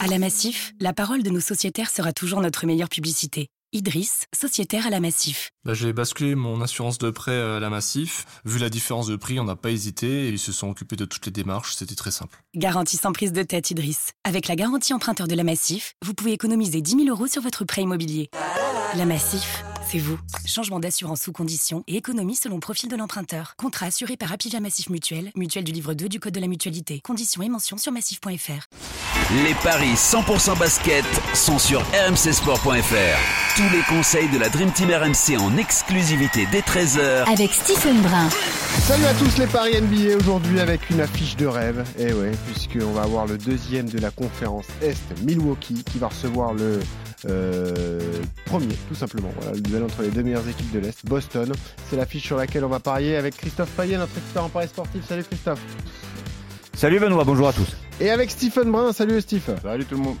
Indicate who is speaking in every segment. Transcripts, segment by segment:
Speaker 1: À la Massif, la parole de nos sociétaires sera toujours notre meilleure publicité. Idriss, sociétaire à la Massif.
Speaker 2: Bah, j'ai basculé mon assurance de prêt euh, à la Massif. Vu la différence de prix, on n'a pas hésité et ils se sont occupés de toutes les démarches, c'était très simple.
Speaker 1: Garantie sans prise de tête, Idriss. Avec la garantie emprunteur de la Massif, vous pouvez économiser 10 000 euros sur votre prêt immobilier. La Massif, c'est vous. Changement d'assurance sous condition et économie selon profil de l'emprunteur. Contrat assuré par Apivia Massif Mutuelle, mutuelle du livre 2 du Code de la mutualité. Conditions et mentions sur massif.fr.
Speaker 3: Les paris 100% basket sont sur rmcsport.fr. Tous les conseils de la Dream Team RMC en exclusivité dès 13h
Speaker 4: avec Stephen Brun.
Speaker 5: Salut à tous les paris NBA aujourd'hui avec une affiche de rêve. Et ouais, puisqu'on va avoir le deuxième de la conférence Est, Milwaukee, qui va recevoir le euh, premier, tout simplement. Voilà, le duel entre les deux meilleures équipes de l'Est, Boston. C'est l'affiche sur laquelle on va parier avec Christophe Payet, notre expert en paris sportif. Salut Christophe.
Speaker 6: Salut Benoît, bonjour à tous.
Speaker 5: Et avec Stephen Brun, salut Steve.
Speaker 7: Salut tout le monde.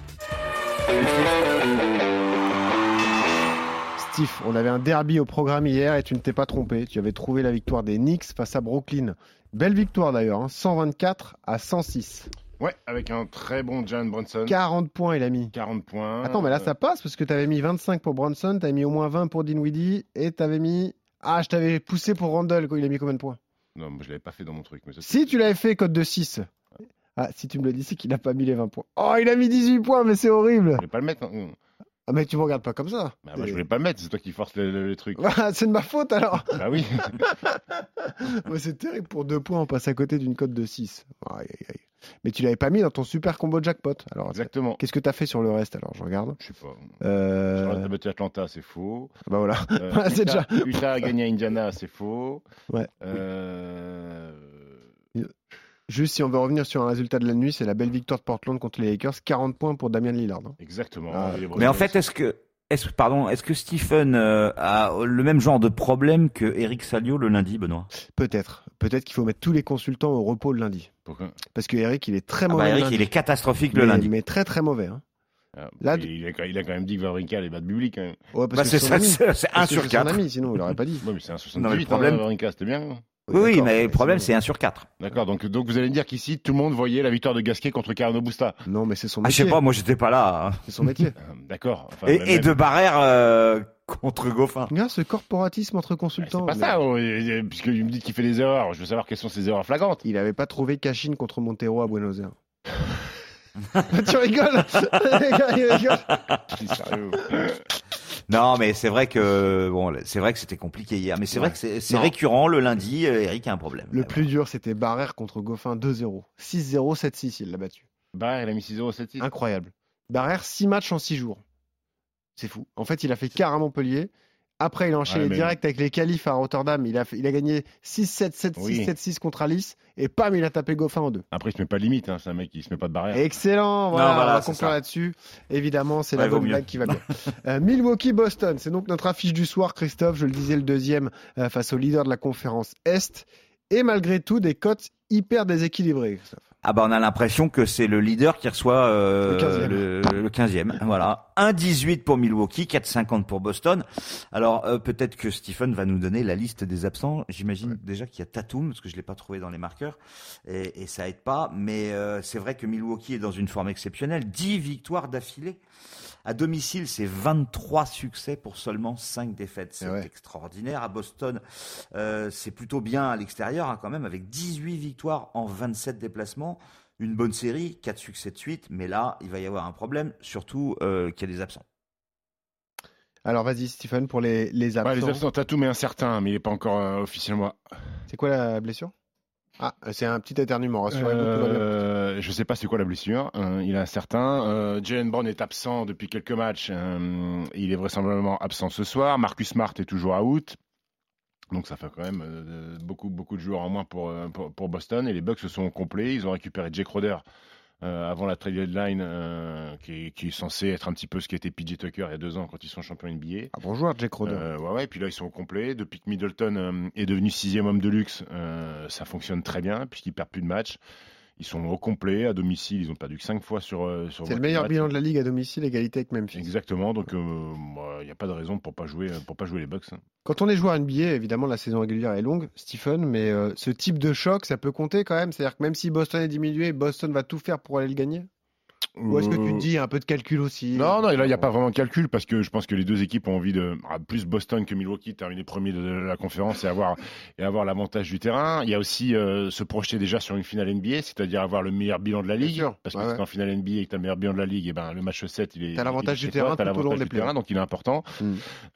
Speaker 5: Steve, on avait un derby au programme hier et tu ne t'es pas trompé. Tu avais trouvé la victoire des Knicks face à Brooklyn. Belle victoire d'ailleurs, hein, 124 à 106.
Speaker 7: Ouais, avec un très bon Jan Brunson.
Speaker 5: 40 points il a mis.
Speaker 7: 40 points.
Speaker 5: Attends, mais là ça passe parce que t'avais mis 25 pour Brunson, t'avais mis au moins 20 pour Dinwiddie et t'avais mis. Ah, je t'avais poussé pour Randall. Il a mis combien de points
Speaker 7: Non, moi, je l'avais pas fait dans mon truc. Mais ça,
Speaker 5: Si tu l'avais fait, code de 6. Ah, si tu me le dis, c'est qu'il n'a pas mis les 20 points. Oh, il a mis 18 points, mais c'est horrible.
Speaker 7: je voulais pas le mettre. hein.
Speaker 5: Ah, mais tu me regardes pas comme ça.
Speaker 7: Bah, moi, je voulais pas le mettre, c'est toi qui force le, le- le truc.
Speaker 5: Ah, c'est de ma faute alors.
Speaker 7: bah oui.
Speaker 5: Ouais, c'est terrible pour deux points, on passe à côté d'une cote de 6. Aïe, aïe, aïe. Mais tu l'avais pas mis dans ton super combo jackpot. Alors,
Speaker 7: Exactement.
Speaker 5: qu'est-ce que t'as fait sur le reste alors Je regarde.
Speaker 7: Je sais pas.
Speaker 5: Euh,
Speaker 7: Charlotte a battu Atlanta, c'est faux.
Speaker 5: Bah voilà.
Speaker 7: Euh,
Speaker 5: Ouais, c'est
Speaker 7: Utah, Utah a gagné à Indiana, c'est faux.
Speaker 5: Ouais.
Speaker 7: Euh,
Speaker 5: Juste si on veut revenir sur un résultat de la nuit, c'est la belle victoire de Portland contre les Lakers, 40 points pour Damian Lillard. hein.
Speaker 7: Exactement.
Speaker 5: Ah,
Speaker 7: Et les
Speaker 6: Mais en
Speaker 7: Browns.
Speaker 6: fait, est-ce que, est pardon, est-ce que Stephen euh, a le même genre de problème que Eric Salio le lundi, Benoît
Speaker 5: Peut-être. Peut-être qu'il faut mettre tous les consultants au repos le lundi.
Speaker 7: Pourquoi
Speaker 5: Parce que Eric, il est très
Speaker 6: Ah bah,
Speaker 5: mauvais. le
Speaker 6: Eric,
Speaker 5: lundi.
Speaker 6: il est catastrophique le
Speaker 5: Mais-
Speaker 6: lundi.
Speaker 5: Mais très très mauvais. hein.
Speaker 7: Ah,
Speaker 5: Là,
Speaker 7: il, il a, quand- il a quand même dit que Vavrinka allait battre public. Hein.
Speaker 5: Ouais, parce
Speaker 6: Bah,
Speaker 5: que
Speaker 6: c'est
Speaker 5: son
Speaker 6: ça,
Speaker 5: ami.
Speaker 6: c'est c'est un
Speaker 5: Parce que
Speaker 6: sur
Speaker 5: c'est son
Speaker 6: quatre.
Speaker 5: ami, sinon, il l'aurait pas dit.
Speaker 7: Ouais, mais c'est un
Speaker 6: Non,
Speaker 7: 78.
Speaker 6: mais le
Speaker 7: hein,
Speaker 6: problème-
Speaker 7: Wawrinka, c'était bien.
Speaker 6: Oui, oui,
Speaker 5: D'accord,
Speaker 6: mais le
Speaker 5: mais
Speaker 6: problème,
Speaker 5: sinon-
Speaker 6: c'est un sur quatre.
Speaker 7: D'accord. Donc, donc vous allez me dire qu'ici, tout le monde voyait la victoire de Gasquet contre Carano Busta.
Speaker 5: Non, mais c'est son
Speaker 6: Ah, je
Speaker 5: métier.
Speaker 6: sais pas, moi, j'étais pas là. hein.
Speaker 5: C'est son métier.
Speaker 7: Euh, D'accord. Enfin, même- Ah,
Speaker 6: Et, et de Barère euh, contre Goffin.
Speaker 5: Regarde ce corporatisme entre
Speaker 7: Ouais, C'est
Speaker 5: consultants.
Speaker 7: pas
Speaker 5: mais-
Speaker 7: ça, oh, et- et- puisque vous me dites qu'il fait des erreurs. Je veux savoir quelles sont ses erreurs flagrantes.
Speaker 5: Il avait pas trouvé Cachine contre Montero à Buenos Aires. Bah, tu rigoles Les gars, ils rigolent.
Speaker 7: Sérieux. oh,
Speaker 6: Non, mais c'est vrai que bon, c'est vrai que c'était compliqué hier, mais c'est vrai que c'est c'est
Speaker 5: Non.
Speaker 6: récurrent le lundi. euh, Eric a un problème.
Speaker 5: Le
Speaker 6: Ouais,
Speaker 5: plus dur, c'était Barrère contre Goffin 2-0. 6-0, 7-6, il l'a battu.
Speaker 7: Barre, il a mis 6-0 7
Speaker 5: Mm.
Speaker 7: 6
Speaker 5: Incroyable. Barrère, 6 matchs en 6 jours. C'est fou. En fait, il a fait carrément Montpellier. Après, il a enchaîné
Speaker 7: Ouais, mais-
Speaker 5: direct avec les qualifs à Rotterdam. Il a, fait- il a gagné 6-7, 7-6,
Speaker 7: Oui.
Speaker 5: 7-6 contre Alice. Et pam, il a tapé Goffin en deux.
Speaker 7: Après, il se met pas de limite, hein, c'est un mec qui se met pas de barrière.
Speaker 5: Excellent, voilà,
Speaker 6: Non, voilà,
Speaker 5: on va
Speaker 6: c'est
Speaker 5: conclure
Speaker 6: ça.
Speaker 5: là-dessus. Évidemment, c'est
Speaker 6: Ouais,
Speaker 5: la
Speaker 6: vaut
Speaker 5: bonne
Speaker 6: mieux.
Speaker 5: blague qui va bien. Euh, Milwaukee-Boston, c'est donc notre affiche du soir, Christophe. Je le disais, le deuxième euh, face au leader de la conférence Est. Et malgré tout, des cotes hyper déséquilibrées, Christophe.
Speaker 6: Ah bah on a l'impression que c'est le leader qui reçoit euh,
Speaker 5: Le 15e.
Speaker 6: le, le 15e. Voilà. 1,18 pour Milwaukee, 4,50 pour Boston. Alors euh, peut-être que Stephen va nous donner la liste des absents. J'imagine déjà qu'il y a Tatum, parce que je l'ai pas trouvé dans les marqueurs, et, et ça aide pas. Mais euh, c'est vrai que Milwaukee est dans une forme exceptionnelle. 10 victoires d'affilée. À domicile, c'est 23 succès pour seulement 5 défaites. C'est
Speaker 5: Eh ouais.
Speaker 6: extraordinaire. À Boston, euh, c'est plutôt bien à l'extérieur hein, quand même, avec 18 victoires en 27 déplacements. Une bonne série, 4 succès de suite, mais là, il va y avoir un problème, surtout euh, qu'il y a des absents.
Speaker 5: Alors vas-y, Stephen, pour les, les absents.
Speaker 7: Ouais, les absents, Tatum est incertain, mais il est pas encore euh, officiellement.
Speaker 5: C'est quoi la blessure Ah, c'est un petit éternuement, rassurez-vous, tout va bien.
Speaker 7: Euh, je sais pas c'est quoi la blessure, hein, il est incertain. Euh, Jalen Brown est absent depuis quelques matchs, euh, il est vraisemblablement absent ce soir. Marcus Smart est toujours out. Donc ça fait quand même euh, beaucoup, beaucoup de joueurs en moins pour, euh, pour, pour Boston. Et les Bucks se sont complets, ils ont récupéré Jake Roder euh, avant la trade deadline, euh, qui, est- qui est censé être un petit peu ce qu'était PJ Tucker il y a deux ans quand ils sont champions NBA.
Speaker 5: Ah, bonjour, Jake Roder.
Speaker 7: Euh, ouais, ouais, puis là, ils sont au complet. Depuis que Middleton euh, est devenu sixième homme de luxe, euh, ça fonctionne très bien, puisqu'ils perdent plus de matchs. Ils sont au complet, à domicile, ils ont perdu que cinq fois sur. euh, sur
Speaker 5: c'est le
Speaker 7: vingt-quatre
Speaker 5: meilleur
Speaker 7: matchs.
Speaker 5: bilan de la Ligue à domicile, égalité avec Memphis.
Speaker 7: Exactement, donc euh, il n'y a pas de raison pour pas jouer, pour pas jouer les Bucks. hein.
Speaker 5: Quand on est joueur NBA, évidemment, la saison régulière est longue, Stephen, mais euh, ce type de choc, ça peut compter quand même. C'est-à-dire que même si Boston est diminué, Boston va tout faire pour aller le gagner. Ou est-ce que tu
Speaker 7: Euh,
Speaker 5: te dis un peu de calcul aussi
Speaker 7: Non, non, et
Speaker 5: Euh,
Speaker 7: là, il n'y a pas vraiment de calcul parce que je pense que les deux équipes ont envie de. ah, plus Boston que Milwaukee, terminer premier de la conférence et avoir, et avoir l'avantage du terrain. Il y a aussi euh, se projeter déjà sur une finale NBA, c'est-à-dire avoir le meilleur bilan de la
Speaker 5: Bien
Speaker 7: ligue.
Speaker 5: sûr.
Speaker 7: Parce que
Speaker 5: Ouais,
Speaker 7: si
Speaker 5: ouais.
Speaker 7: t'es en finale NBA et que tu as le meilleur bilan de la ligue, et ben, le match 7, il est.
Speaker 5: T'as l'avantage
Speaker 7: il est
Speaker 5: du
Speaker 7: chez
Speaker 5: terrain
Speaker 7: toi, t'as
Speaker 5: tout au long
Speaker 7: l'avantage
Speaker 5: des
Speaker 7: du terrain,
Speaker 5: playoffs.
Speaker 7: donc il est important.
Speaker 5: Mm.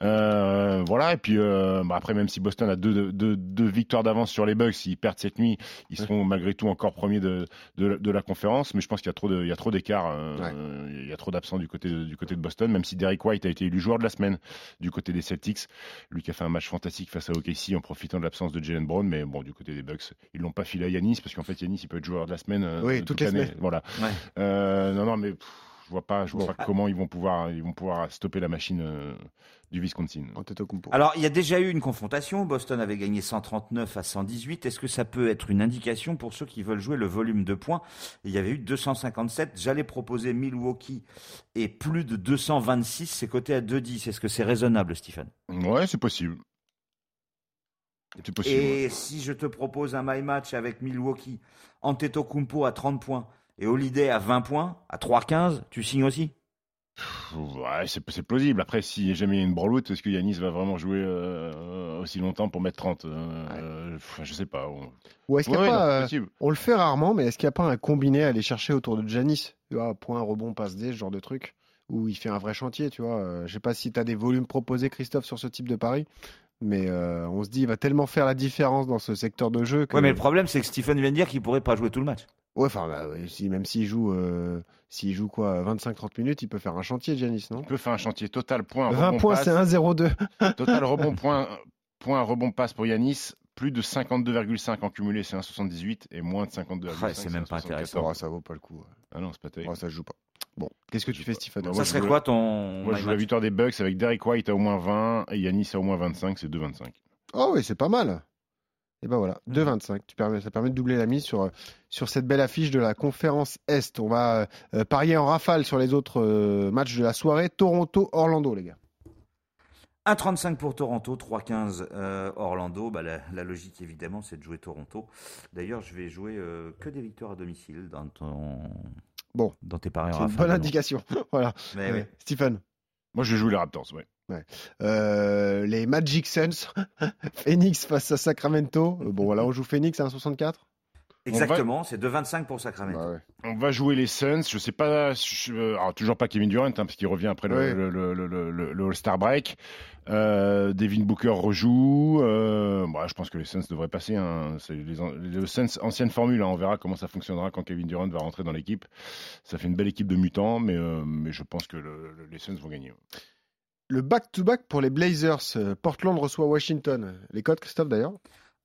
Speaker 7: Euh, voilà, et puis euh, bah, après, même si Boston a deux, deux, deux victoires d'avance sur les Bucks, s'ils perdent cette nuit, ils seront malgré tout encore premiers de, de, la- de la conférence, mais je pense qu'il y a trop de- il y a trop d'écart, euh,
Speaker 5: Ouais.
Speaker 7: euh, il y a trop d'absents du côté, de, du côté de Boston, même si Derek White a été élu joueur de la semaine du côté des Celtics, lui qui a fait un match fantastique face à OKC en profitant de l'absence de Jalen Brown, mais bon, du côté des Bucks, ils l'ont pas filé à Yanis, parce qu'en fait Yanis il peut être joueur de la semaine euh,
Speaker 5: Oui,
Speaker 7: toute
Speaker 5: toutes les
Speaker 7: l'année.
Speaker 5: semaines.
Speaker 7: Voilà.
Speaker 6: Ouais.
Speaker 7: Euh, non, non, mais pff, je vois pas, je vois
Speaker 5: Bon.
Speaker 7: pas comment ils vont pouvoir, ils vont pouvoir stopper la machine euh, du Wisconsin.
Speaker 5: En tête au compo.
Speaker 6: Alors, il y a déjà eu une confrontation. Boston avait gagné 139 à 118. Est-ce que ça peut être une indication pour ceux qui veulent jouer le volume de points Il y avait eu 257. J'allais proposer Milwaukee et plus de 226. C'est coté à 2,10. Est-ce que c'est raisonnable, Stephen
Speaker 7: Ouais, c'est possible. C'est possible. ouais.
Speaker 6: Et si je te propose un my match avec Milwaukee, Antetokounmpo à 30 points et Holiday à 20 points, à 3,15, tu signes aussi
Speaker 7: Ouais, c'est c'est plausible. Après, si jamais il y a une branloute, est-ce que Yanis va vraiment jouer euh, aussi longtemps pour mettre 30 euh, pff, Je sais pas. On-
Speaker 5: Ou est-ce qu'il y a
Speaker 7: Ouais,
Speaker 5: pas,
Speaker 7: non, c'est
Speaker 5: euh,
Speaker 7: possible.
Speaker 5: on le fait rarement, mais est-ce qu'il n'y a pas un combiné à aller chercher autour de Janis Tu vois, point, rebond, passe D, ce genre de truc, où il fait un vrai chantier, tu vois. Euh, Je sais pas si tu as des volumes proposés, Christophe, sur ce type de pari, mais euh, on se dit, il va tellement faire la différence dans ce secteur de jeu que.
Speaker 6: Ouais, mais le problème, c'est que Stephen vient de dire qu'il pourrait pas jouer tout le match.
Speaker 5: Ouais, enfin, bah, ouais, si, même s'il joue, euh, s'il joue quoi, 25-30 minutes, il peut faire un chantier, Janis, non
Speaker 7: Il peut faire un chantier total point.
Speaker 5: 20
Speaker 7: rebond,
Speaker 5: points,
Speaker 7: passe.
Speaker 5: c'est 1-0-2.
Speaker 7: Total rebond point, point rebond passe pour Yanis. Plus de 52,5 en cumulé, c'est 1,78 et moins de 52,5.
Speaker 6: Ouais, c'est même pas
Speaker 7: 1,74.
Speaker 6: intéressant.
Speaker 5: ça vaut pas le coup. Oh,
Speaker 7: Ah non, c'est pas terrible.
Speaker 5: ça joue pas. Bon, qu'est-ce que
Speaker 7: Je
Speaker 5: tu
Speaker 7: sais
Speaker 5: fais,
Speaker 7: pas.
Speaker 5: Stéphane
Speaker 7: Bah,
Speaker 6: ça
Speaker 7: moi, je
Speaker 6: serait
Speaker 7: veux-
Speaker 6: quoi ton
Speaker 7: Moi,
Speaker 6: my
Speaker 7: je joue la
Speaker 6: match
Speaker 7: victoire des Bucks avec Derek White à au moins 20 et Yanis à au moins 25, c'est 2,25.
Speaker 5: Oh oui, c'est pas mal. Et ben voilà,
Speaker 6: Mhm.
Speaker 5: 2,25. Tu permets, ça permet de doubler la mise sur, euh, sur cette belle affiche de la conférence Est. On va euh, parier en rafale sur les autres euh, matchs de la soirée. Toronto-Orlando, les gars.
Speaker 6: 1,35 pour Toronto, 3,15 euh, Orlando. Bah, la, la logique, évidemment, c'est de jouer Toronto. D'ailleurs, je vais jouer euh, que des victoires à domicile dans ton.
Speaker 5: Bon.
Speaker 6: Dans tes paris en
Speaker 5: C'est une
Speaker 6: rafale,
Speaker 5: bonne
Speaker 6: non
Speaker 5: indication. voilà.
Speaker 6: Mais
Speaker 5: Ouais.
Speaker 6: oui.
Speaker 5: Stephen,
Speaker 7: Moi, je joue les Raptors, ouais.
Speaker 5: euh, les Magic Suns, Phoenix face à Sacramento. Euh, Bon, voilà, on joue Phoenix à 1,64.
Speaker 6: Exactement, c'est 2,25 pour Sacramento.
Speaker 5: Bah
Speaker 7: On va jouer les Suns. Je sais pas. je- euh, alors, toujours pas Kevin Durant, hein, parce qu'il revient après le,
Speaker 5: Ouais.
Speaker 7: le- le- le- le- le- le All-Star break. Euh, Devin Booker rejoue. Euh, bah, je pense que les Suns devraient passer. hein. C'est les, an- les Suns, ancienne formule. hein. On verra comment ça fonctionnera quand Kevin Durant va rentrer dans l'équipe. Ça fait une belle équipe de mutants, mais, euh, mais je pense que le- le- les Suns vont gagner.
Speaker 5: Le back-to-back pour les Blazers. Euh, Portland reçoit Washington. Les codes, Christophe, d'ailleurs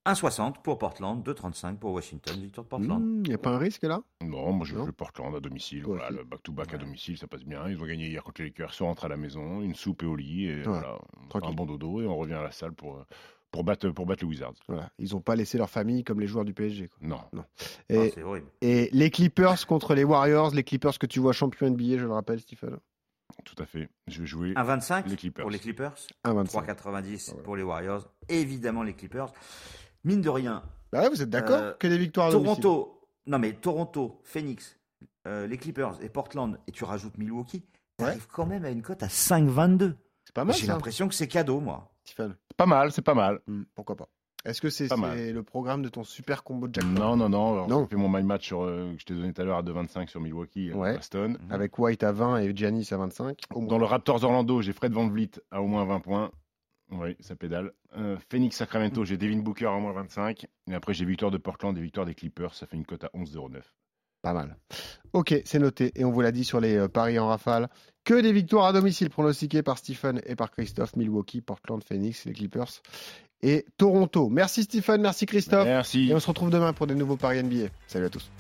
Speaker 6: 1,60 pour Portland, 2,35 pour Washington, victoire de Portland.
Speaker 5: Il n'y Mmh, a pas un risque, là
Speaker 7: Non, moi je
Speaker 5: Non.
Speaker 7: joue Portland à domicile.
Speaker 5: Ouais,
Speaker 7: voilà,
Speaker 5: c'est-
Speaker 7: le back-to-back à domicile, ça passe bien. Ils ont gagné hier contre les Lakers. On rentre à la maison, une soupe et au lit. Et voilà, on fait un
Speaker 5: tranquille.
Speaker 7: bon dodo et on revient à la salle pour, euh, pour, battre, pour battre les Wizards.
Speaker 5: Voilà. Ils n'ont pas laissé leur famille comme les joueurs du PSG. quoi.
Speaker 7: Non.
Speaker 6: Ah,
Speaker 5: Et,
Speaker 6: c'est horrible.
Speaker 5: Et les Clippers contre les Warriors, les Clippers que tu vois champion NBA, je le rappelle, Stephen.
Speaker 7: Tout à fait. Je vais jouer les
Speaker 6: 1,25
Speaker 7: Clippers.
Speaker 6: Ah, pour les Clippers,
Speaker 5: 1,25.
Speaker 6: 3,90
Speaker 5: Voilà.
Speaker 6: pour les Warriors. Évidemment, les Clippers. Mine de rien,
Speaker 5: Bah ouais, vous êtes d'accord
Speaker 6: Euh,
Speaker 5: que des victoires à domicile.
Speaker 6: Toronto, non mais Toronto, Phoenix, euh, les Clippers et Portland, et tu rajoutes Milwaukee, t'arrives quand même à une cote à 5,22.
Speaker 5: C'est pas mal
Speaker 6: J'ai
Speaker 5: ça,
Speaker 6: l'impression que c'est cadeau, moi.
Speaker 5: Stephen.
Speaker 7: Pas mal, c'est pas mal.
Speaker 5: Hmm, pourquoi pas Est-ce que c'est
Speaker 7: Pas
Speaker 5: c'est
Speaker 7: mal.
Speaker 5: le programme de ton super combo de jackpot
Speaker 7: Non, non, non. Alors,
Speaker 5: Non.
Speaker 7: J'ai fait mon my match sur, euh, que je t'ai donné tout à l'heure à 2,25 sur Milwaukee, euh,
Speaker 5: Ouais.
Speaker 7: Boston.
Speaker 5: Avec White à 20 et Giannis à 25. Au moins.
Speaker 7: Dans le Raptors Orlando, j'ai Fred Van Vliet à au moins 20 points. Oui, ça pédale. Euh, Phoenix Sacramento, j'ai Devin Booker à au moins 25. Et après, j'ai victoire de Portland et victoire des Clippers. Ça fait une cote à 11,09.
Speaker 5: Pas mal. Ok, c'est noté. Et on vous l'a dit sur les euh, paris en rafale. Que des victoires à domicile pronostiquées par Stephen et par Christophe. Milwaukee, Portland, Phoenix, les Clippers et Toronto. Merci Stephen, merci Christophe.
Speaker 7: Merci.
Speaker 5: Et on se retrouve demain pour des nouveaux paris NBA. Salut à tous.